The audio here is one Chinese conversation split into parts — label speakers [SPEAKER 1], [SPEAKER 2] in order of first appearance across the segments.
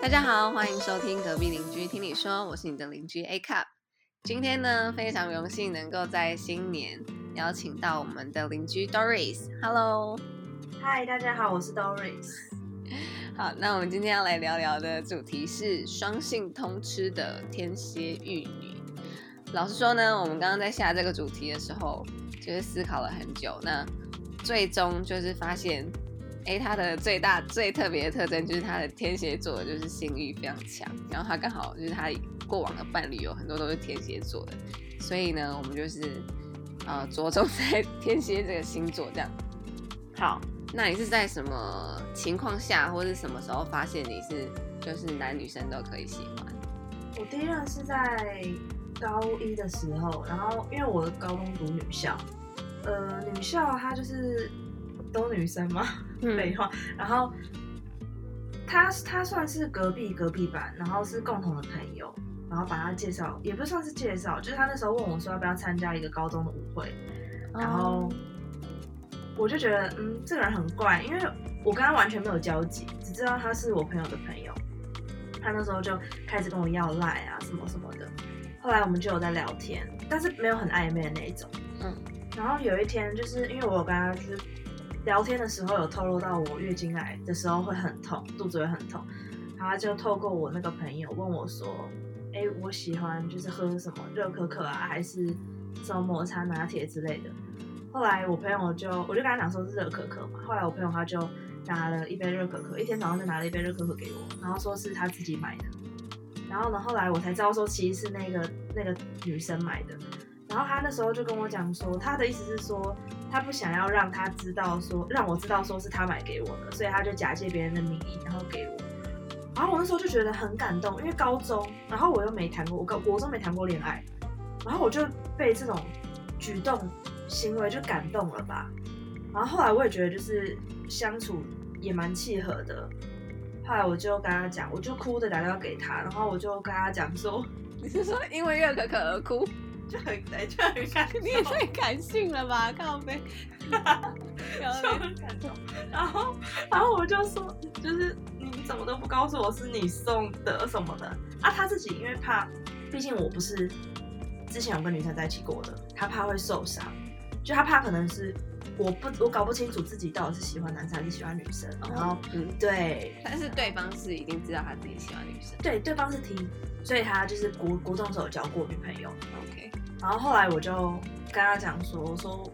[SPEAKER 1] 大家好，欢迎收听隔壁邻居听你说，我是你的邻居 A Cup。今天呢，非常荣幸能够在新年邀请到我们的邻居 Doris。Hello，
[SPEAKER 2] 嗨，大家好，我是 Doris。
[SPEAKER 1] 好，那我们今天要来聊聊的主题是双性通吃的天蝎玉女。老实说呢，我们刚刚在下这个主题的时候，就是思考了很久。那最终就是发现，哎，她的最大最特别的特征就是她的天蝎座就是性欲非常强，然后她刚好就是她过往的伴侣有很多都是天蝎座的，所以呢，我们就是呃着重在天蝎这个星座这样。好，那你是在什么情况下，或是什么时候发现你是就是男女生都可以喜欢？
[SPEAKER 2] 我第一任是在高一的时候，然后因为我高中读女校，呃，女校她就是都女生嘛，
[SPEAKER 1] 嗯
[SPEAKER 2] 废话，然后她她算是隔壁隔壁班，然后是共同的朋友，然后把她介绍，也不算是介绍，就是她那时候问我说要不要参加一个高中的舞会，然
[SPEAKER 1] 哦
[SPEAKER 2] 后我就觉得，嗯，这个人很怪，因为我跟他完全没有交集，只知道他是我朋友的朋友。他那时候就开始跟我要赖啊什么什么的，后来我们就有在聊天，但是没有很暧昧的那一种。
[SPEAKER 1] 嗯，
[SPEAKER 2] 然后有一天，就是因为我有跟他就是聊天的时候有透露到我月经来的时候会很痛，肚子会很痛，然后他就透过我那个朋友问我说：“哎、我喜欢就是喝什么热可可啊，还是什么抹茶拿铁之类的。”后来我朋友就，我就跟他讲说是热可可嘛。后来我朋友他就拿了一杯热可可，一天早上就拿了一杯热可可给我，然后说是他自己买的。然后呢，后来我才知道说其实是那个那个女生买的。然后他那时候就跟我讲说，他的意思是说他不想要让他知道说让我知道说是他买给我的，所以他就假借别人的名义然后给我。然后我那时候就觉得很感动，因为高中，然后我又没谈过，我高国中没谈过恋爱，然后我就被这种举动行为就感动了吧。然后后来我也觉得就是相处也蛮契合的。后来我就跟他讲，我就哭着打电话给他，然后我就跟他讲说，
[SPEAKER 1] 你是说因为热可可而哭？
[SPEAKER 2] 就很 对，就很感动，
[SPEAKER 1] 你也太感性了吧，靠 背。
[SPEAKER 2] 就很感动。然后，然后我就说，就是你怎么都不告诉我是你送的什么的啊？他自己因为怕，毕竟我不是之前有跟女生在一起过的，他怕会受伤，就他怕可能是我不我搞不清楚自己到底是喜欢男生还是喜欢女生，然后
[SPEAKER 1] 嗯，
[SPEAKER 2] 对
[SPEAKER 1] 但是对方是一定知道他自己喜欢女生。
[SPEAKER 2] 对，对方是 T，所以他就是国国中的时候有交过女朋友，
[SPEAKER 1] OK，
[SPEAKER 2] 然后后来我就跟他讲说，我说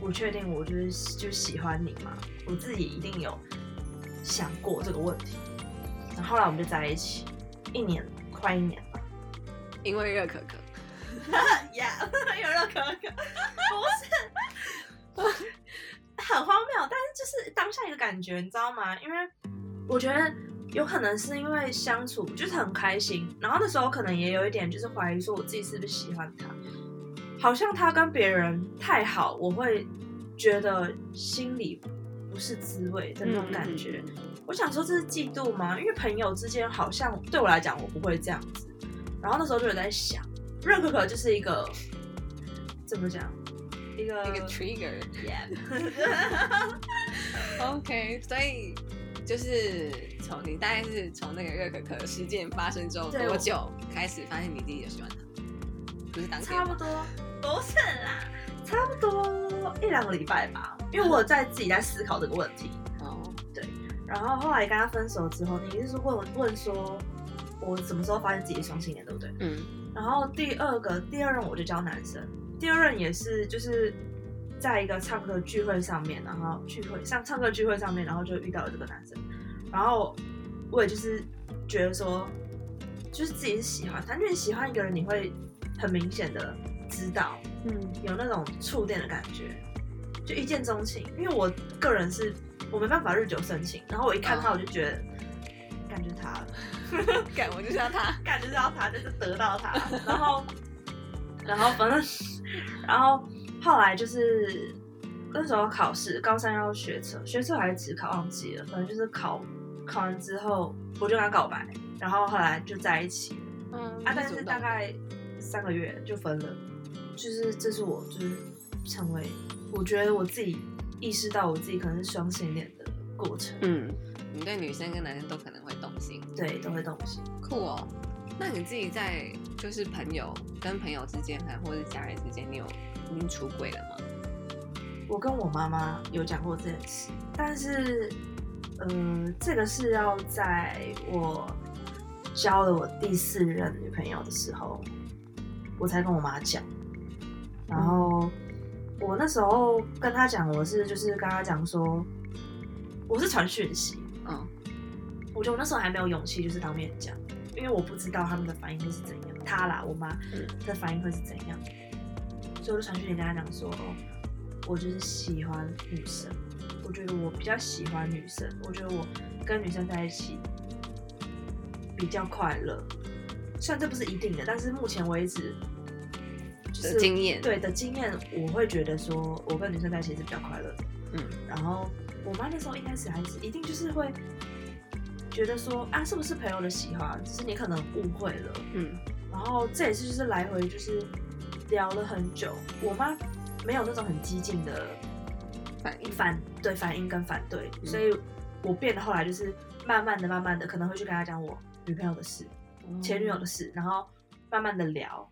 [SPEAKER 2] 我确定我就是就喜欢你嘛，我自己一定有想过这个问题。然后后来我们就在一起一年，快一年吧。
[SPEAKER 1] 因为热可可。
[SPEAKER 2] 呀， 有热可可，不是， 很荒谬，但是就是当下一个感觉，你知道吗？因为我觉得有可能是因为相处就是很开心，然后那时候可能也有一点就是怀疑说我自己是不是喜欢他，好像他跟别人太好，我会觉得心里不是滋味的
[SPEAKER 1] 嗯
[SPEAKER 2] 那种感觉。我想说这是嫉妒吗？因为朋友之间好像对我来讲我不会这样子。然后那时候就有在想，热可可就是一个怎么讲，一个
[SPEAKER 1] 一个 trigger。
[SPEAKER 2] Yeah
[SPEAKER 1] OK，所以就是从你大概是从那个热可可事件发生之后
[SPEAKER 2] 对
[SPEAKER 1] 多
[SPEAKER 2] 我
[SPEAKER 1] 久开始发现你自己就喜欢他？不是当天
[SPEAKER 2] 差
[SPEAKER 1] 吗
[SPEAKER 2] 不多，不是啦，差不多一两个礼拜吧。因为我有在自己在思考这个问题，
[SPEAKER 1] 哦，
[SPEAKER 2] 然后后来跟他分手之后，你就是问我问说，我什么时候发现自己是双性恋，对不对？
[SPEAKER 1] 嗯
[SPEAKER 2] 然后第二个第二任我就教男生，第二任也是就是在一个唱歌聚会上面，然后聚会上唱歌聚会上面，然后就遇到了这个男生，然后我也就是觉得说，就是自己是喜欢他，因为喜欢一个人你会很明显的知道
[SPEAKER 1] 嗯
[SPEAKER 2] 有那种触电的感觉，就一见钟情。因为我个人是我没办法日久生情，然后我一看他我就觉得。感觉他了，
[SPEAKER 1] 干我就是要他。
[SPEAKER 2] 感觉到他，就是得到他，然后，然后反正，然后后来就是那时候考试，高三要学车，学车还是只考忘记了，反正就是考考完之后，我就跟他告白，然后后来就在一起
[SPEAKER 1] 嗯
[SPEAKER 2] 啊，但是大概三个月就分了，就是这是我就是成为，我觉得我自己意识到我自己可能是双性恋的过程，
[SPEAKER 1] 嗯你对女生跟男生都可能会动心，
[SPEAKER 2] 对，都会动心。
[SPEAKER 1] 酷哦。那你自己在就是朋友跟朋友之间，还或者家人之间，你有已经出轨了吗？
[SPEAKER 2] 我跟我妈妈有讲过这件事，但是，呃，这个是要在我交了我第四任女朋友的时候，我才跟我妈讲。然后我那时候跟她讲，我是就是跟她讲说，我是传讯息，
[SPEAKER 1] 嗯，
[SPEAKER 2] 我觉得我那时候还没有勇气，就是当面讲，因为我不知道他们的反应会是怎样，他啦，我妈
[SPEAKER 1] 嗯
[SPEAKER 2] 的反应会是怎样，所以我就传讯息跟他讲说，哦，我就是喜欢女生，我觉得我比较喜欢女生，我觉得我跟女生在一起比较快乐，虽然这不是一定的，但是目前为止。就
[SPEAKER 1] 的
[SPEAKER 2] 是
[SPEAKER 1] 经验，，
[SPEAKER 2] 对的经验，我会觉得说，我跟女生在一起是比较快乐的。
[SPEAKER 1] 嗯，
[SPEAKER 2] 然后我妈那时候一开始还是一定就是会觉得说，啊，是不是朋友的喜欢？只是你可能误会了。
[SPEAKER 1] 嗯，
[SPEAKER 2] 然后这也是就是来回就是聊了很久。我妈没有那种很激进的
[SPEAKER 1] 反应，
[SPEAKER 2] 反对反应跟反对，
[SPEAKER 1] 嗯
[SPEAKER 2] 所以我变得后来就是慢慢的、慢慢的，可能会去跟她讲我女朋友的事。前女友的事，然后慢慢的聊，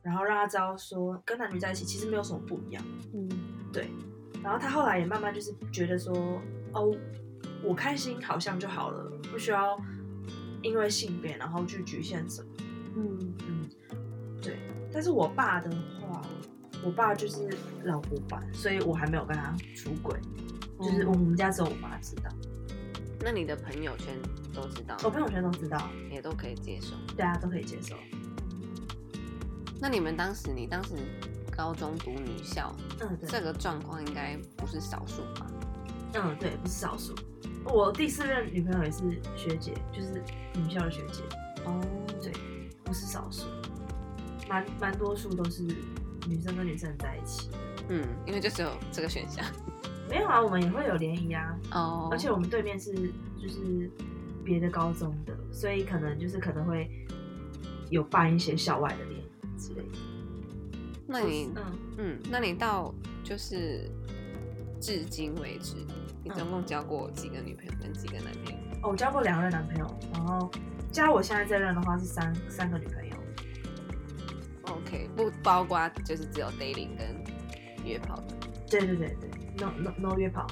[SPEAKER 2] 然后让他知道说跟男女在一起其实没有什么不一样。
[SPEAKER 1] 嗯，
[SPEAKER 2] 然后他后来也慢慢就是觉得说，哦，我开心好像就好了，不需要因为性别然后去局限什么。
[SPEAKER 1] 嗯
[SPEAKER 2] 嗯，对。但是我爸的话，我爸就是老古板，所以我还没有跟他出轨，就是我们家只有我妈知道，
[SPEAKER 1] 那你的朋友圈都知道，
[SPEAKER 2] 我朋友圈都知道，
[SPEAKER 1] 也都可以接受。
[SPEAKER 2] 大家都可以接受。
[SPEAKER 1] 那你们当时，你当时高中读女校，
[SPEAKER 2] 嗯，对。
[SPEAKER 1] 这个状况应该不是少数吧？
[SPEAKER 2] 嗯，对，不是少数。我第四任女朋友也是学姐，就是女校的学姐，
[SPEAKER 1] 哦，
[SPEAKER 2] 对，不是少数，蛮蛮多数都是女生跟女生在一起。
[SPEAKER 1] 嗯，因为就只有这个选 项。
[SPEAKER 2] 没有啊，我们也会有联谊啊，
[SPEAKER 1] 哦，
[SPEAKER 2] 而且我们对面是就是别的高中的，所以可能就是可能会有办一些校外的联谊之类的。
[SPEAKER 1] 那你，
[SPEAKER 2] 嗯，
[SPEAKER 1] 嗯，那你到就是至今为止，你
[SPEAKER 2] 嗯
[SPEAKER 1] 总共交过几个女朋友跟几个男朋友？
[SPEAKER 2] 哦，我交过两任男朋友，然后加我现在这任的话是三三个女朋友。
[SPEAKER 1] OK，不包括就是只有 dating 跟约炮的。
[SPEAKER 2] 对对对对，no no no 约炮。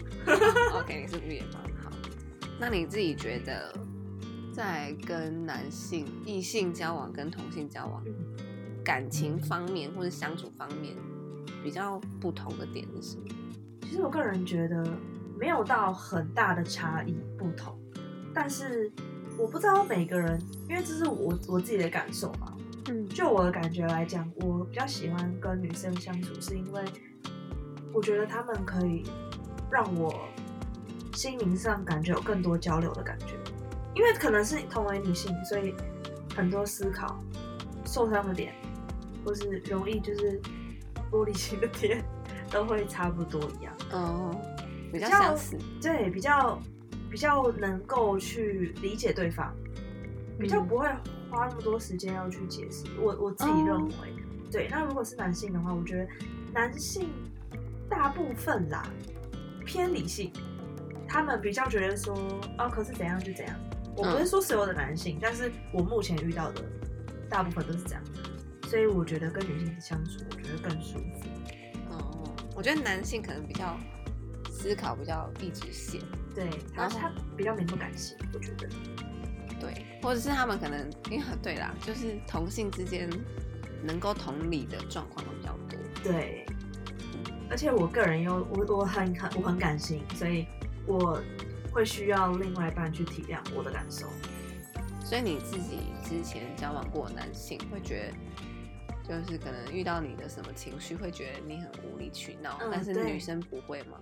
[SPEAKER 1] OK，你是不约炮。好，那你自己觉得在跟男性、异性交往跟同性交
[SPEAKER 2] 嗯
[SPEAKER 1] 往，感情方面或者相处方面比较不同的点是什么？
[SPEAKER 2] 其实我个人觉得没有到很大的差异不同，但是我不知道每个人，因为这是我我自己的感受嘛。
[SPEAKER 1] 嗯
[SPEAKER 2] 就我的感觉来讲，我比较喜欢跟女生相处，是因为我觉得她们可以让我心灵上感觉有更多交流的感觉，因为可能是同为女性，所以很多思考、受伤的点，或是容易就是玻璃心的点， 都会差不多一样。
[SPEAKER 1] 哦，比较
[SPEAKER 2] 比较
[SPEAKER 1] 相似，
[SPEAKER 2] 对，比较比较能够去理解对方，比较
[SPEAKER 1] 嗯
[SPEAKER 2] 不会花那么多时间要去解释。我我自己认为，对。那如果是男性的话，我觉得男性大部分啦偏理性，他们比较觉得说，哦，可是怎样就怎样。我不是说所有的男性，但是我目前遇到的大部分都是这样，所以我觉得跟女性相处，我觉得更舒服。
[SPEAKER 1] 哦，我觉得男性可能比较思考比较一直线，
[SPEAKER 2] 对他，
[SPEAKER 1] 然后
[SPEAKER 2] 他比较没那么感性，我觉得。
[SPEAKER 1] 对，或者是他们可能因为对啦，就是同性之间能够同理的状况会比较多。
[SPEAKER 2] 对，而且我个人又我我很很我很感性，所以我会需要另外一半去体谅我的感受。
[SPEAKER 1] 所以你自己之前交往过的男性，会觉得就是可能遇到你的什么情绪，会觉得你很无理取闹，
[SPEAKER 2] 嗯
[SPEAKER 1] 但是
[SPEAKER 2] 对
[SPEAKER 1] 女生不会吗？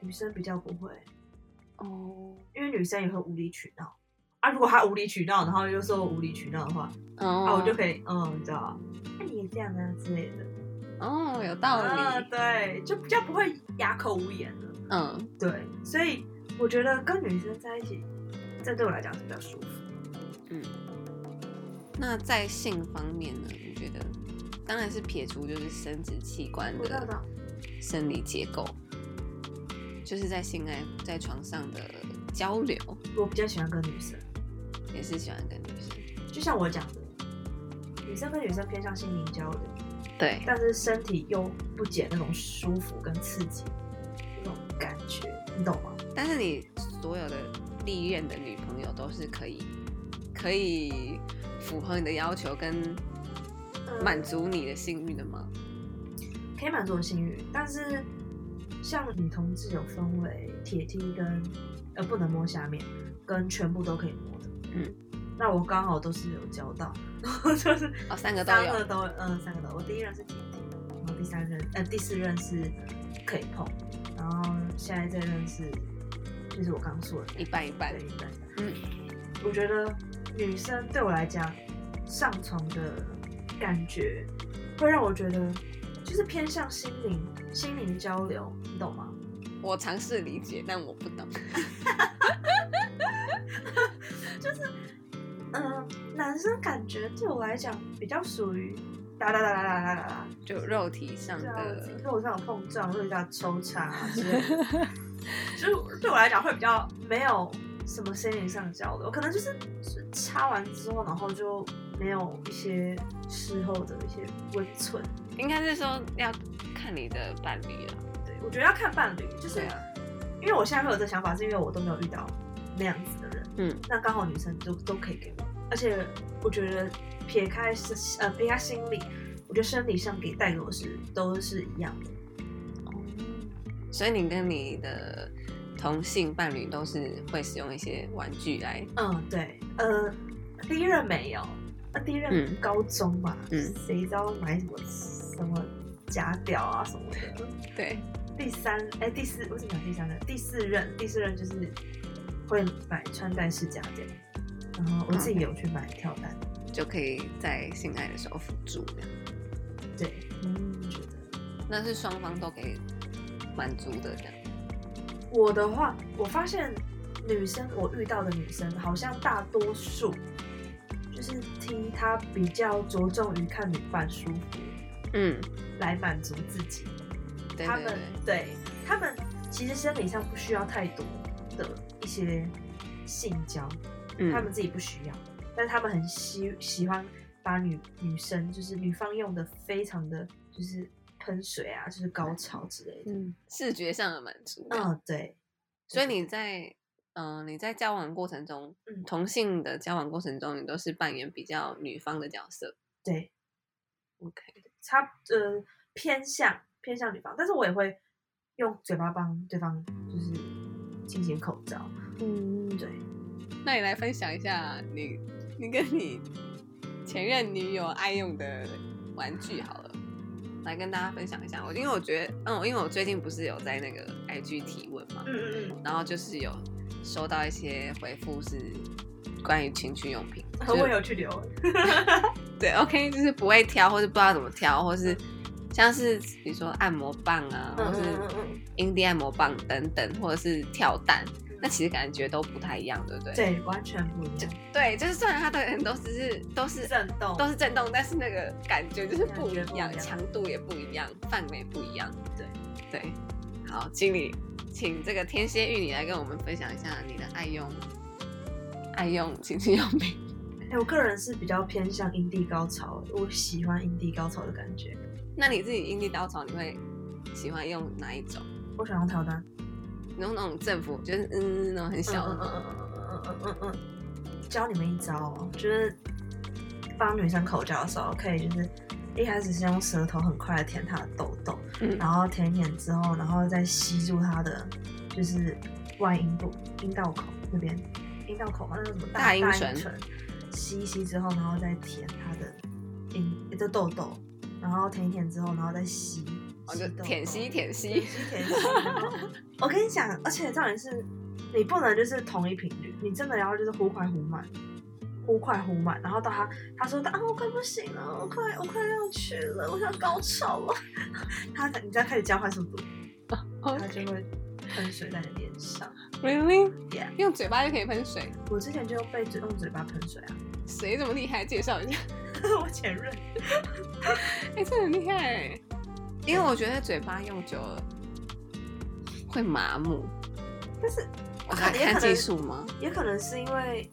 [SPEAKER 2] 女生比较不会，
[SPEAKER 1] 哦，
[SPEAKER 2] 因为女生也会无理取闹啊。如果她无理取闹，然后又说我无理取闹的话，啊，
[SPEAKER 1] 哦，
[SPEAKER 2] 我就可以嗯，你知道啊，那你也这样啊之类的。
[SPEAKER 1] 哦，有道
[SPEAKER 2] 啊
[SPEAKER 1] 理，
[SPEAKER 2] 对，就比较不会哑口无言了。
[SPEAKER 1] 嗯，
[SPEAKER 2] 对，所以我觉得跟女生在一起，这对我来讲是比较舒服。
[SPEAKER 1] 那在性方面呢？你觉得？当然是撇除就是生殖器官
[SPEAKER 2] 我知道
[SPEAKER 1] 的生理结构，就是在性爱在床上的交流，
[SPEAKER 2] 我比较喜欢跟女生，
[SPEAKER 1] 也是喜欢跟女生。
[SPEAKER 2] 就像我讲的，女生跟女生偏向心灵交流，
[SPEAKER 1] 对，
[SPEAKER 2] 但是身体又不减那种舒服跟刺激那种感觉，你懂吗？
[SPEAKER 1] 但是你所有的历任的女朋友都是可以可以符合你的要求跟
[SPEAKER 2] 嗯
[SPEAKER 1] 满足你的性欲的吗？
[SPEAKER 2] 可以满足我性欲，但是像女同志有分为铁梯跟呃不能摸下面，跟全部都可以摸的。
[SPEAKER 1] 嗯，
[SPEAKER 2] 那我刚好都是有交到， 就是
[SPEAKER 1] 哦，三个都
[SPEAKER 2] 三个
[SPEAKER 1] 有，
[SPEAKER 2] 都嗯三个都有，我第一任是铁梯，然后第三任呃第四任是可以碰，然后现在这任是就是我刚说的那
[SPEAKER 1] 一
[SPEAKER 2] 个
[SPEAKER 1] 半一半
[SPEAKER 2] 对。一半。
[SPEAKER 1] 嗯，
[SPEAKER 2] 我觉得女生对我来讲，上床的感觉会让我觉得就是偏向心灵心灵交流，你懂吗？
[SPEAKER 1] 我尝试理解，但我不懂。
[SPEAKER 2] 嗯、男生感觉对我来讲比较属于哒哒哒哒哒哒哒哒，
[SPEAKER 1] 就肉体上
[SPEAKER 2] 对啊，我自己
[SPEAKER 1] 的，
[SPEAKER 2] 肉上有碰撞，肉上有抽插 啊之类的，就是对我来讲会比较没有什么心灵上的交流，可能就是是插完之后，然后就没有一些事后的一些温存。
[SPEAKER 1] 应该是说要看你的伴侣啊了。
[SPEAKER 2] 对，我觉得要看伴侣，就是、
[SPEAKER 1] 对啊，
[SPEAKER 2] 因为我现在会有这个想法，是因为我都没有遇到那样子的人。
[SPEAKER 1] 嗯，
[SPEAKER 2] 那刚好女生都都可以给我，而且我觉得撇开是呃撇开心理，我觉得生理上给带给我是都是一样的。
[SPEAKER 1] 哦所以你跟你的同性伴侣都是会使用一些玩具来，
[SPEAKER 2] 嗯，对，呃，第一任没有，那第一任
[SPEAKER 1] 嗯
[SPEAKER 2] 高中嘛，
[SPEAKER 1] 嗯
[SPEAKER 2] 谁知道买什么什么假屌啊什么的。
[SPEAKER 1] 对，
[SPEAKER 2] 第三哎、第四为什么讲第三任？第四任第四任就是会买穿戴式假屌，然后我自
[SPEAKER 1] 嗯
[SPEAKER 2] 己也有去买跳蛋。
[SPEAKER 1] 就可以在性爱的时候辅助这样。
[SPEAKER 2] 对，嗯，觉得
[SPEAKER 1] 那是双方都可以满足的这样。
[SPEAKER 2] 我的话，我发现女生，我遇到的女生好像大多数就是听她比较着重于看女伴舒服
[SPEAKER 1] 嗯，
[SPEAKER 2] 来满足自己，
[SPEAKER 1] 对
[SPEAKER 2] 她
[SPEAKER 1] 对
[SPEAKER 2] 们
[SPEAKER 1] 对，
[SPEAKER 2] 对她们其实生理上不需要太多的一些性交，她
[SPEAKER 1] 嗯
[SPEAKER 2] 们自己不需要，但是她们很喜喜欢把女女生就是女方用的非常的就是喷水啊，就是高潮之类的。
[SPEAKER 1] 嗯，视觉上的满足。嗯，
[SPEAKER 2] 嗯，对，
[SPEAKER 1] 所以你在嗯、呃你在交往过程中，
[SPEAKER 2] 嗯
[SPEAKER 1] 同性的交往过程中，你都是扮演比较女方的角色。
[SPEAKER 2] 对。
[SPEAKER 1] OK，
[SPEAKER 2] 差呃偏向偏向女方，但是我也会用嘴巴帮对方就是进行口罩。
[SPEAKER 1] 嗯，
[SPEAKER 2] 对，
[SPEAKER 1] 那你来分享一下你你跟你前任女友爱用的玩具好了，来跟大家分享一下。我因为我觉得，嗯，因为我最近不是有在那个 IG 提问嘛，
[SPEAKER 2] 嗯嗯嗯，
[SPEAKER 1] 然后就是有收到一些回复是关于情趣用品，
[SPEAKER 2] 很
[SPEAKER 1] 就
[SPEAKER 2] 我
[SPEAKER 1] 是
[SPEAKER 2] 有去留。
[SPEAKER 1] 对 OK，就是不会挑，或是不知道怎么挑，或是像是比如说按摩棒啊，
[SPEAKER 2] 嗯
[SPEAKER 1] 或是
[SPEAKER 2] 嗯嗯
[SPEAKER 1] 阴蒂按摩棒等等，或者是跳蛋，
[SPEAKER 2] 嗯，
[SPEAKER 1] 那其实感觉都不太一样，对不对？
[SPEAKER 2] 对完全不一样，
[SPEAKER 1] 对，就是虽然它的人都只是都是
[SPEAKER 2] 震动
[SPEAKER 1] 都是震动，但是那个感觉就是不一
[SPEAKER 2] 感觉
[SPEAKER 1] 样
[SPEAKER 2] 不一，样
[SPEAKER 1] 强度也不一样，范围不一样。
[SPEAKER 2] 对
[SPEAKER 1] 对，好，经理，请这个天蝎玉你来跟我们分享一下你的爱用爱用情趣用品。
[SPEAKER 2] 哎、我个人是比较偏向阴蒂高潮，我喜欢阴蒂高潮的感觉。
[SPEAKER 1] 那你自己阴蒂高潮你会喜欢用哪一种？
[SPEAKER 2] 我想用跳单，
[SPEAKER 1] 用那种政府就是嗯那种很小的
[SPEAKER 2] 嗯
[SPEAKER 1] 吗？
[SPEAKER 2] 嗯嗯嗯嗯嗯嗯，教你们一招哦，就是帮女生口交的时候，可以就是一开始是用舌头很快的舔她的痘痘，
[SPEAKER 1] 嗯
[SPEAKER 2] 然后舔一舔之后，然后再吸住她的就是外阴部、阴道口那边，阴道口嘛，那叫什么
[SPEAKER 1] 大
[SPEAKER 2] 大
[SPEAKER 1] 阴
[SPEAKER 2] 阴
[SPEAKER 1] 唇
[SPEAKER 2] 吸一吸之后，然后再舔她的阴的痘痘，然后舔一舔之后，然后再吸，
[SPEAKER 1] 我哦就
[SPEAKER 2] 吸痘
[SPEAKER 1] 舔
[SPEAKER 2] 痘
[SPEAKER 1] 吸舔吸
[SPEAKER 2] 甜。心甜心。我跟你讲，而且重点是，你不能就是同一频率，你真的要就是忽快忽慢，忽快忽慢，然后到他他说啊我快不行了，我快我快要去了，我想高潮了， 他才你再开始交换速度，他就会喷水在你脸上。
[SPEAKER 1] Really？
[SPEAKER 2] Yeah
[SPEAKER 1] 用嘴巴就可以喷水，
[SPEAKER 2] 我之前就被嘴用嘴巴喷水啊，
[SPEAKER 1] 谁这么厉害？介绍一下。
[SPEAKER 2] 我前任
[SPEAKER 1] 哎、这很厉害欸，因为我觉得嘴巴用久了会麻木，我在
[SPEAKER 2] 也
[SPEAKER 1] 看
[SPEAKER 2] 可
[SPEAKER 1] 技
[SPEAKER 2] 能
[SPEAKER 1] 术吗？
[SPEAKER 2] 也可能是因为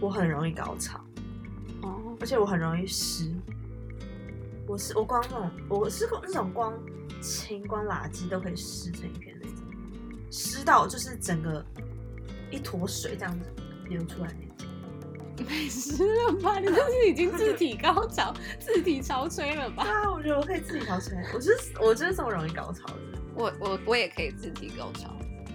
[SPEAKER 2] 我很容易高潮，
[SPEAKER 1] 哦，
[SPEAKER 2] 而且我很容易湿。我是我光那种我是那种光清光垃圾都可以湿成一片那种，湿到就是整个一坨水这样子流出来那种。
[SPEAKER 1] 没事了吧？你这是已经自体高潮、自体潮吹了吧？
[SPEAKER 2] 啊，我觉得我可以自己搞出来，我就是我就是这么容易高潮的人。
[SPEAKER 1] 我我我也可以自体高潮，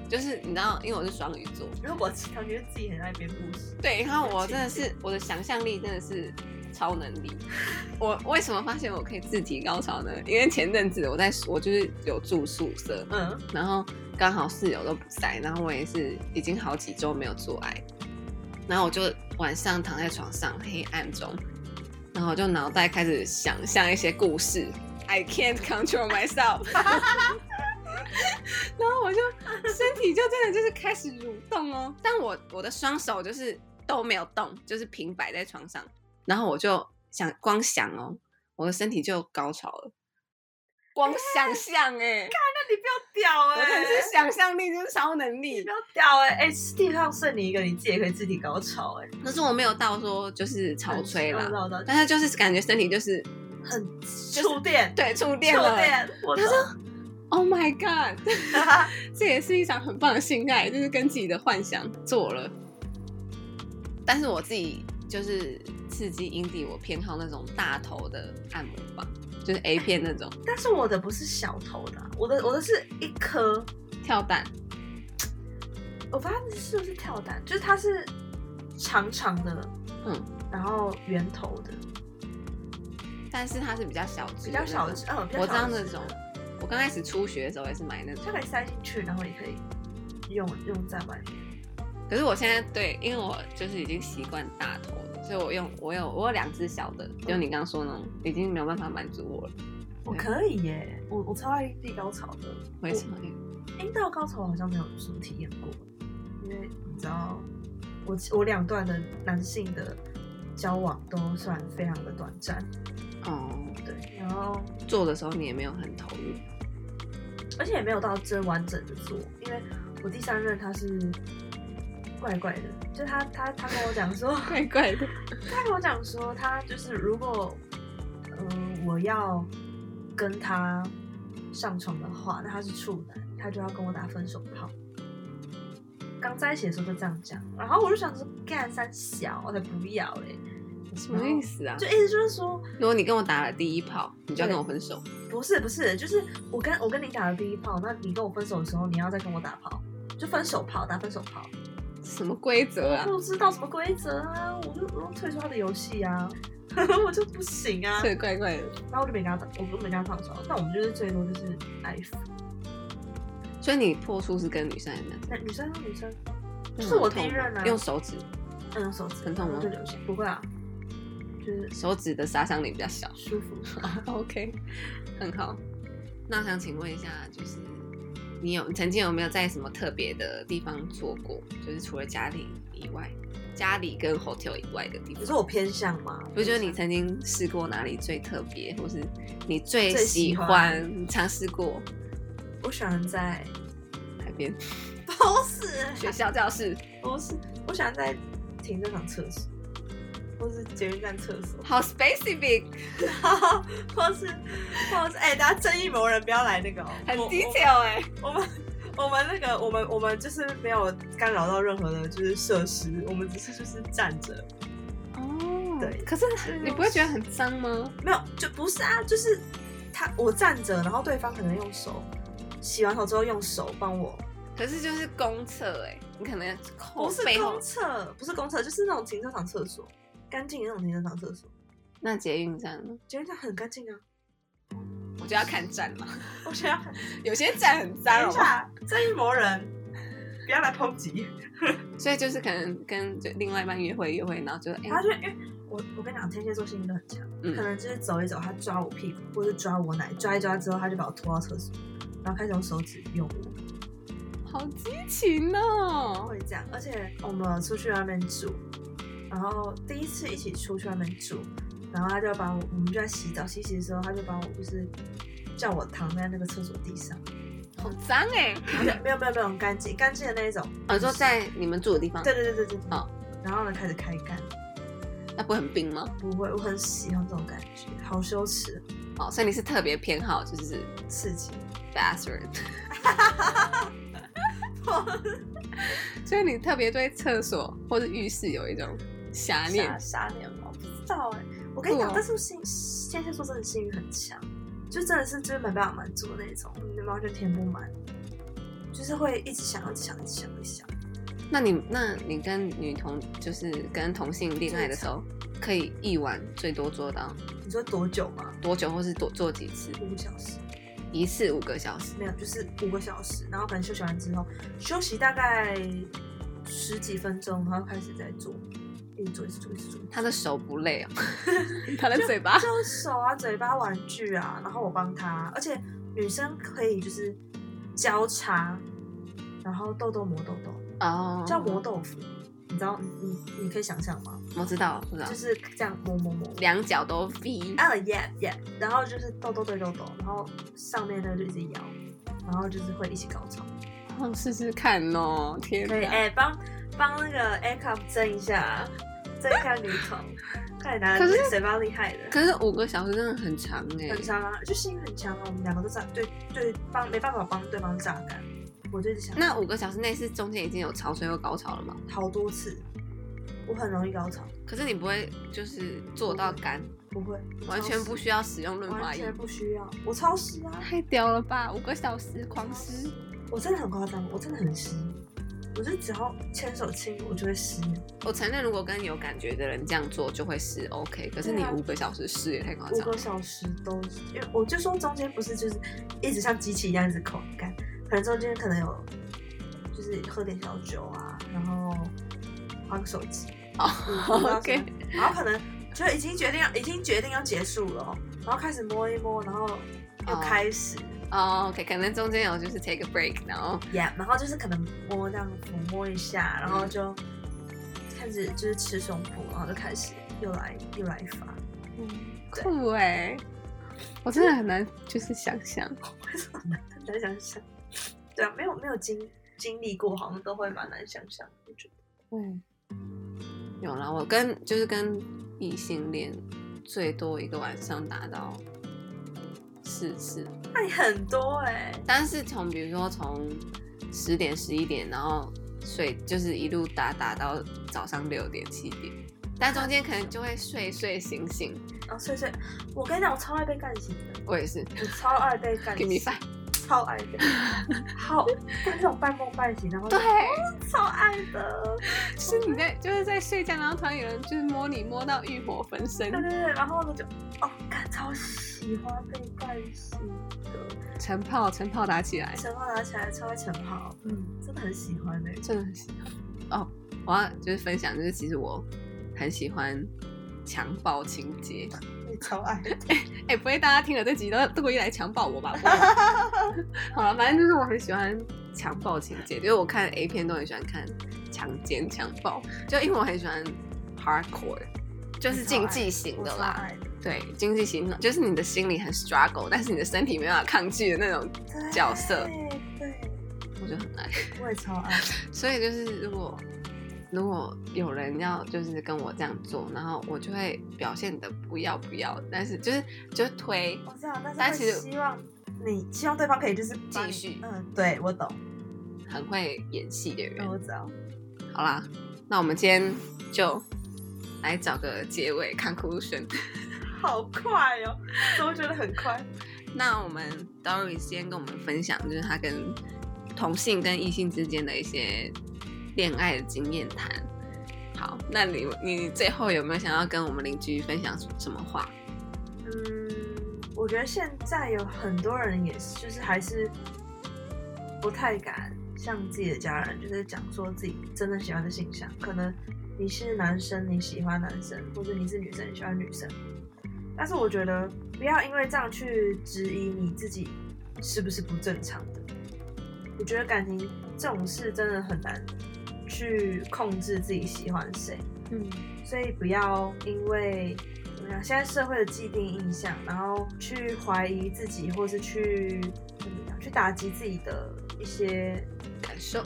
[SPEAKER 1] 就是你知道，因为我是双鱼座，
[SPEAKER 2] 如果感觉自己很爱编故事，
[SPEAKER 1] 对，然后我真的是我的想象力真的是超能力。我为什么发现我可以自体高潮呢？因为前阵子我在我就是有住宿舍，
[SPEAKER 2] 嗯，
[SPEAKER 1] 然后刚好室友都不在，然后我也是已经好几周没有做爱，然后我就晚上躺在床上黑暗中，然后我就脑袋开始想象一些故事，I can't control myself，然后我就身体就真的就是开始蠕动哦，但我我的双手就是都没有动，就是平摆在床上，然后我就想光想哦，我的身体就高潮了。光想象哎、
[SPEAKER 2] 那你不要屌
[SPEAKER 1] 我真的是想象力就是超能
[SPEAKER 2] 你
[SPEAKER 1] 力
[SPEAKER 2] 不，要屌哎、欸！哎、地上剩你一个，你自己也可以自己高潮哎、
[SPEAKER 1] 可是我没有到说就是潮吹啦，
[SPEAKER 2] 到到
[SPEAKER 1] 但是就是感觉身体就是
[SPEAKER 2] 很触电，
[SPEAKER 1] 对触
[SPEAKER 2] 触
[SPEAKER 1] 电了。
[SPEAKER 2] 我
[SPEAKER 1] 他
[SPEAKER 2] 说
[SPEAKER 1] 说：“Oh my god，这 也是一场很棒的性爱，就是跟自己的幻想做了。”但是我自己就是刺激阴蒂，我偏好那种大头的按摩棒，就是 A 片那 种
[SPEAKER 2] 但是我的不是小头的啊、我的我的是一颗，
[SPEAKER 1] 跳蛋。
[SPEAKER 2] 我不知道那是不是跳蛋，就是它是长长的，
[SPEAKER 1] 嗯，
[SPEAKER 2] 然后圆头的，
[SPEAKER 1] 但是它是比较小只
[SPEAKER 2] 比
[SPEAKER 1] 的那
[SPEAKER 2] 较
[SPEAKER 1] 种，
[SPEAKER 2] 小只，嗯，比较
[SPEAKER 1] 我知道
[SPEAKER 2] 小只
[SPEAKER 1] 那种
[SPEAKER 2] 的，
[SPEAKER 1] 我刚开始初学的时候也是买那种
[SPEAKER 2] 它。可以塞进去，然后也可以用用在外面。
[SPEAKER 1] 可是我现在对，因为我就是已经习惯大头了，所以我用我有我有两只小的，就你刚刚说那种，已经没有办法满足我了。嗯
[SPEAKER 2] 我可以耶、我我超爱地高潮的，
[SPEAKER 1] 为什么？
[SPEAKER 2] 阴道高潮我好像没有什么体验过，因为你知道，我我两段的男性的交往都算非常的短暂，
[SPEAKER 1] 哦，
[SPEAKER 2] 对，然后
[SPEAKER 1] 做的时候你也没有很投入。
[SPEAKER 2] 而且也没有到真完整的做，因为我第三任他是怪怪的，就他他他跟我讲说，
[SPEAKER 1] 怪怪的，
[SPEAKER 2] 他跟我讲说，他就是如果，嗯、我要跟他上床的话，那他是处男，他就要跟我打分手炮。刚在一起的时候就这样讲，然后我就想说，干三小，我才不要嘞，
[SPEAKER 1] 什么意？思啊
[SPEAKER 2] 就？意思就是说，
[SPEAKER 1] 如果你跟我打了第一炮，你就要跟我分手。
[SPEAKER 2] 不是不是，就是我跟我跟你打了第一炮，那你跟我分手的时候，你要再跟我打炮，就分手炮，打分手炮。
[SPEAKER 1] 什么规则啊？
[SPEAKER 2] 不知道什么规则啊，我就我就退出他的游戏啊， 我就不行啊。
[SPEAKER 1] 对，怪怪的。
[SPEAKER 2] 然后我就没跟他打，我就没跟他上床。那我们就是最多就是爱抚。
[SPEAKER 1] 所以你破处是跟女生还是男生？
[SPEAKER 2] 那女生女生
[SPEAKER 1] 那
[SPEAKER 2] 是我
[SPEAKER 1] 嗯很痛
[SPEAKER 2] 第一
[SPEAKER 1] 吗
[SPEAKER 2] 任啊
[SPEAKER 1] 用手指，
[SPEAKER 2] 嗯手指
[SPEAKER 1] 很痛吗
[SPEAKER 2] 就流血，不会啊，就是
[SPEAKER 1] 手指的杀伤力比较小。
[SPEAKER 2] 舒服。
[SPEAKER 1] OK，很好。那我想请问一下，就是你有曾经有没有在什么特别的地方做过？就是除了家里以外，家里跟 hotel 以外的地
[SPEAKER 2] 你
[SPEAKER 1] 方，
[SPEAKER 2] 说我偏向吗？
[SPEAKER 1] 不就是你曾经试过哪里最特别，或是你最
[SPEAKER 2] 最
[SPEAKER 1] 喜
[SPEAKER 2] 喜
[SPEAKER 1] 欢尝试过
[SPEAKER 2] 我喜欢在 欸
[SPEAKER 1] 海边、
[SPEAKER 2] 不
[SPEAKER 1] 学
[SPEAKER 2] 是
[SPEAKER 1] 校教室？
[SPEAKER 2] 不是，我喜欢在停车场厕所，或是捷运站厕所，
[SPEAKER 1] 好 specific，
[SPEAKER 2] 或是或是哎、大家正义魔人不要来那个、哦，
[SPEAKER 1] 很
[SPEAKER 2] 我
[SPEAKER 1] detail 哎、
[SPEAKER 2] 我们我们那个我们我们就是没有干扰到任何的，就是设施，我们只是就是站着，
[SPEAKER 1] 哦
[SPEAKER 2] 对
[SPEAKER 1] 可是
[SPEAKER 2] 是
[SPEAKER 1] 你不会觉得很脏吗？
[SPEAKER 2] 没有就不是啊，就是他我站着，然后对方可能用手洗完头之后用手帮我，
[SPEAKER 1] 可是就是公厕哎、你可能后
[SPEAKER 2] 不哦是
[SPEAKER 1] 背后
[SPEAKER 2] 公厕，不是公厕，就是那种停车场厕所，干净的那种停车场厕所，
[SPEAKER 1] 那捷运站呢？
[SPEAKER 2] 觉得它很干净啊，
[SPEAKER 1] 我就要看站嘛。
[SPEAKER 2] 我觉得很
[SPEAKER 1] 有些站很脏
[SPEAKER 2] 等一
[SPEAKER 1] 哦，
[SPEAKER 2] 下啊这一魔人。不要来抨击，
[SPEAKER 1] 所以就是可能跟就另外一半约会约会，然后就哎、
[SPEAKER 2] 然后就因为我我跟你讲，天蝎座性格很强，
[SPEAKER 1] 嗯
[SPEAKER 2] 可能就是走一走，他抓我屁股，或是抓我奶，抓一抓之后，他就把我拖到厕所，然后开始用手指用我。
[SPEAKER 1] 好激情哦，
[SPEAKER 2] 会这样，而且我们出去外面住，然后第一次一起出去外面住，然后他就把我，我们就在洗澡，洗洗的时候，他就把我就是叫我躺在那个厕所地上，
[SPEAKER 1] 好脏哎、
[SPEAKER 2] 而且没有没有没有很干净，干净的那一种。
[SPEAKER 1] 哦，你说在你们住的地方，
[SPEAKER 2] 对对对对对对。
[SPEAKER 1] 哦
[SPEAKER 2] 然后呢，开始开干，
[SPEAKER 1] 那不会很冰吗？
[SPEAKER 2] 不会，我很喜欢这种感觉，好羞耻，
[SPEAKER 1] 哦，所以你是特别偏好就是
[SPEAKER 2] 刺激。
[SPEAKER 1] bathroom，所以你特别对厕所或者浴室有一种遐念
[SPEAKER 2] 傻傻脸吗？我不知道哎、我跟你
[SPEAKER 1] 是
[SPEAKER 2] 讲，
[SPEAKER 1] 哦
[SPEAKER 2] 但是我性天蝎座真的性欲很强，就真的是就是没办法满足的那种，你完全填不满，就是会一直想，一直想，一直想，一直想。
[SPEAKER 1] 那你那你跟女同就是跟同性恋爱的时候，可以一晚最多做到
[SPEAKER 2] 你说多久吗？
[SPEAKER 1] 多久，或是多做几次？
[SPEAKER 2] 五个小时？
[SPEAKER 1] 一次五个小时。
[SPEAKER 2] 没有，就是五个小时。然后可能休息完之后，休息大概十几分钟，然后开始再做，一直做，一直做，一直做。
[SPEAKER 1] 他的手不累哦， 他的嘴巴
[SPEAKER 2] 就手啊、嘴巴、玩具啊，然后我帮他，而且女生可以就是交叉，然后痘痘磨痘痘。
[SPEAKER 1] 哦，
[SPEAKER 2] 叫磨豆腐，你知道你你你可以想象吗？
[SPEAKER 1] 我知道，我知道
[SPEAKER 2] 就，是这样磨磨磨。
[SPEAKER 1] 两脚都飞。
[SPEAKER 2] 啊耶耶，然后就是痘痘对痘痘，然后上面那个就一直摇，然后就是会一起高潮。
[SPEAKER 1] 哦，试试看哦，天
[SPEAKER 2] 可以
[SPEAKER 1] 哪！
[SPEAKER 2] 哎，帮帮那个 A cup 蒸一下，蒸一下女童，快点拿
[SPEAKER 1] 可是
[SPEAKER 2] 谁帮厉害的？
[SPEAKER 1] 可是五个小时真的很长哎、
[SPEAKER 2] 很强啊，就心很强啊，我们两个都榨对对方没办法帮对方榨干。我就一直想
[SPEAKER 1] 那五个小时内是中间已经有潮水或高潮了吗？
[SPEAKER 2] 好多次，我很容易高潮，
[SPEAKER 1] 可是你不会就是做到干，
[SPEAKER 2] 不会，我
[SPEAKER 1] 完全
[SPEAKER 2] 超
[SPEAKER 1] 不
[SPEAKER 2] 时
[SPEAKER 1] 需要使用润滑
[SPEAKER 2] 完
[SPEAKER 1] 液，
[SPEAKER 2] 全不需要，我超时啊。
[SPEAKER 1] 太屌了吧！五个小时狂湿，
[SPEAKER 2] 我真的很夸张，我真的很湿，我就只要牵手亲我就会湿。
[SPEAKER 1] 我承认如果跟有感觉的人这样做就会湿 OK，可是你
[SPEAKER 2] 对啊
[SPEAKER 1] 五个小时湿也太夸
[SPEAKER 2] 五
[SPEAKER 1] 张。
[SPEAKER 2] 个小时都，因为我就说中间不是就是一直像机器一样一直口干，可能中间可能有就是喝点小酒啊，然后划个手机，我不知道什
[SPEAKER 1] 哦 OK，
[SPEAKER 2] 么然后可能就已经决定要已经决定要结束了哦，然后开始摸一摸，然后又
[SPEAKER 1] 哦
[SPEAKER 2] 开始
[SPEAKER 1] 哦，OK，可能中间有就是 take a break，然后
[SPEAKER 2] yeah, 然后就是可能摸这样抚摸一下，然
[SPEAKER 1] 嗯
[SPEAKER 2] 后就开始就是吃胸部，然后就开始又来又来一发。对
[SPEAKER 1] 酷哎、我真的很难就是想象。
[SPEAKER 2] 为什么难？难想象。对啊，没有没有经经历过，好像都会蛮难想象。我觉得
[SPEAKER 1] 对，有啦，我跟就是跟异性恋最多一个晚上达到四次，
[SPEAKER 2] 那你很多哎、
[SPEAKER 1] 但是从比如说从十点十一点，然后睡就是一路打打到早上六点七点，但中间可能就会睡睡醒醒。
[SPEAKER 2] 然后睡睡，我跟你讲，我超爱被干醒的，
[SPEAKER 1] 我也是
[SPEAKER 2] 我超爱被干
[SPEAKER 1] ，give
[SPEAKER 2] 醒
[SPEAKER 1] me，five，
[SPEAKER 2] 超爱的，好，就是那种半梦半醒，然后
[SPEAKER 1] 对，
[SPEAKER 2] 超爱的，
[SPEAKER 1] 就是你在就是在睡觉，然后突然有人就是摸你摸到欲火焚身
[SPEAKER 2] 对，对对，然后我就哦，干超喜欢被干醒的，
[SPEAKER 1] 晨泡晨泡打起来，
[SPEAKER 2] 晨跑拿起来超爱晨跑，嗯，真的很喜欢哎、
[SPEAKER 1] 真的很喜欢哦。我要就是分享，就是其实我很喜欢强暴情节。
[SPEAKER 2] 你超爱的，
[SPEAKER 1] 哎、不会大家听了这集都都故意来强暴我吧？啊 好了，反正就是我很喜欢强暴情节，就是我看 A 片都很喜欢看强奸、强暴，就因为我很喜欢 hardcore，就是竞技型
[SPEAKER 2] 我
[SPEAKER 1] 的
[SPEAKER 2] 超
[SPEAKER 1] 啦。
[SPEAKER 2] 爱的，
[SPEAKER 1] 对，竞技型的就是你的心里很 struggle，但是你的身体没办法抗拒的那种，
[SPEAKER 2] 对
[SPEAKER 1] 角色
[SPEAKER 2] 对。
[SPEAKER 1] 我就很爱。
[SPEAKER 2] 我也超爱，
[SPEAKER 1] 所以就是如果如果有人要就是跟我这样做，然后我就会表现的不要不要，但是就是就推，
[SPEAKER 2] 我知道，但是
[SPEAKER 1] 但
[SPEAKER 2] 会
[SPEAKER 1] 其实
[SPEAKER 2] 希望你希望对方可以就是帮你
[SPEAKER 1] 继续
[SPEAKER 2] 嗯，对我懂，
[SPEAKER 1] 很会演戏的人
[SPEAKER 2] 嗯。我知道，
[SPEAKER 1] 好啦，那我们今天就来找个结尾 conclusion。
[SPEAKER 2] 好快哦，怎么觉得很快？
[SPEAKER 1] 那我们 Doris 今天跟我们分享，就是她跟同性跟异性之间的一些恋爱的经验谈。好，那你你最后有没有想要跟我们邻居分享什么话？
[SPEAKER 2] 嗯，我觉得现在有很多人也是，就是还是不太敢向自己的家人，就是讲说自己真的喜欢的性向。可能你是男生，你喜欢男生，或者你是女生，你喜欢女生。但是我觉得不要因为这样去质疑你自己是不是不正常的。我觉得感情这种事真的很难去控制自己喜欢谁。
[SPEAKER 1] 嗯，
[SPEAKER 2] 所以不要因为么讲？现在社会的既定印象，然后去怀疑自己，或是去怎么讲？去打击自己的一些
[SPEAKER 1] 感受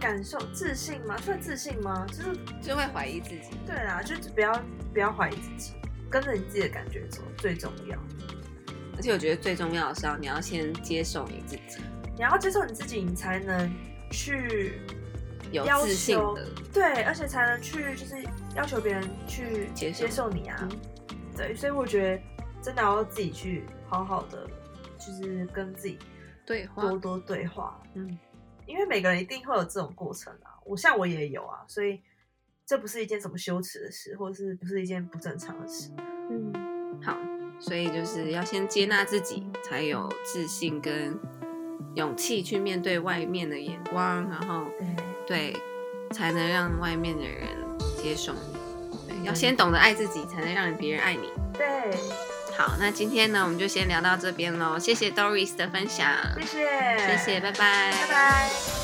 [SPEAKER 2] 感受、自信吗？算自信吗？就是
[SPEAKER 1] 就会怀疑自己。
[SPEAKER 2] 对啦，就是不要不要怀疑自己，跟着你自己的感觉走最重要。
[SPEAKER 1] 而且我觉得最重要的是要你要先接受你自己，
[SPEAKER 2] 你要接受你自己，你才能去
[SPEAKER 1] 有
[SPEAKER 2] 要
[SPEAKER 1] 自信
[SPEAKER 2] 求
[SPEAKER 1] 的。
[SPEAKER 2] 对，而且才能去就是要求别人去
[SPEAKER 1] 接受
[SPEAKER 2] 接受你啊。
[SPEAKER 1] 嗯
[SPEAKER 2] 对，所以我觉得真的要自己去好好的，就是跟自己
[SPEAKER 1] 对话，
[SPEAKER 2] 多多对话，
[SPEAKER 1] 嗯，
[SPEAKER 2] 因为每个人一定会有这种过程啊。我像我也有啊，所以这不是一件什么羞耻的事，或者是不是一件不正常的事。嗯，
[SPEAKER 1] 好，所以就是要先接纳自己，才有自信跟勇气去面对外面的眼光，然后
[SPEAKER 2] 对，
[SPEAKER 1] 对，才能让外面的人接受你。对，要
[SPEAKER 2] 嗯
[SPEAKER 1] 先懂得爱自己，才能让别人爱你。
[SPEAKER 2] 对，
[SPEAKER 1] 好，那今天呢，我们就先聊到这边喽，谢谢 Doris 的分享，
[SPEAKER 2] 谢谢，
[SPEAKER 1] 谢谢，拜拜
[SPEAKER 2] 拜拜。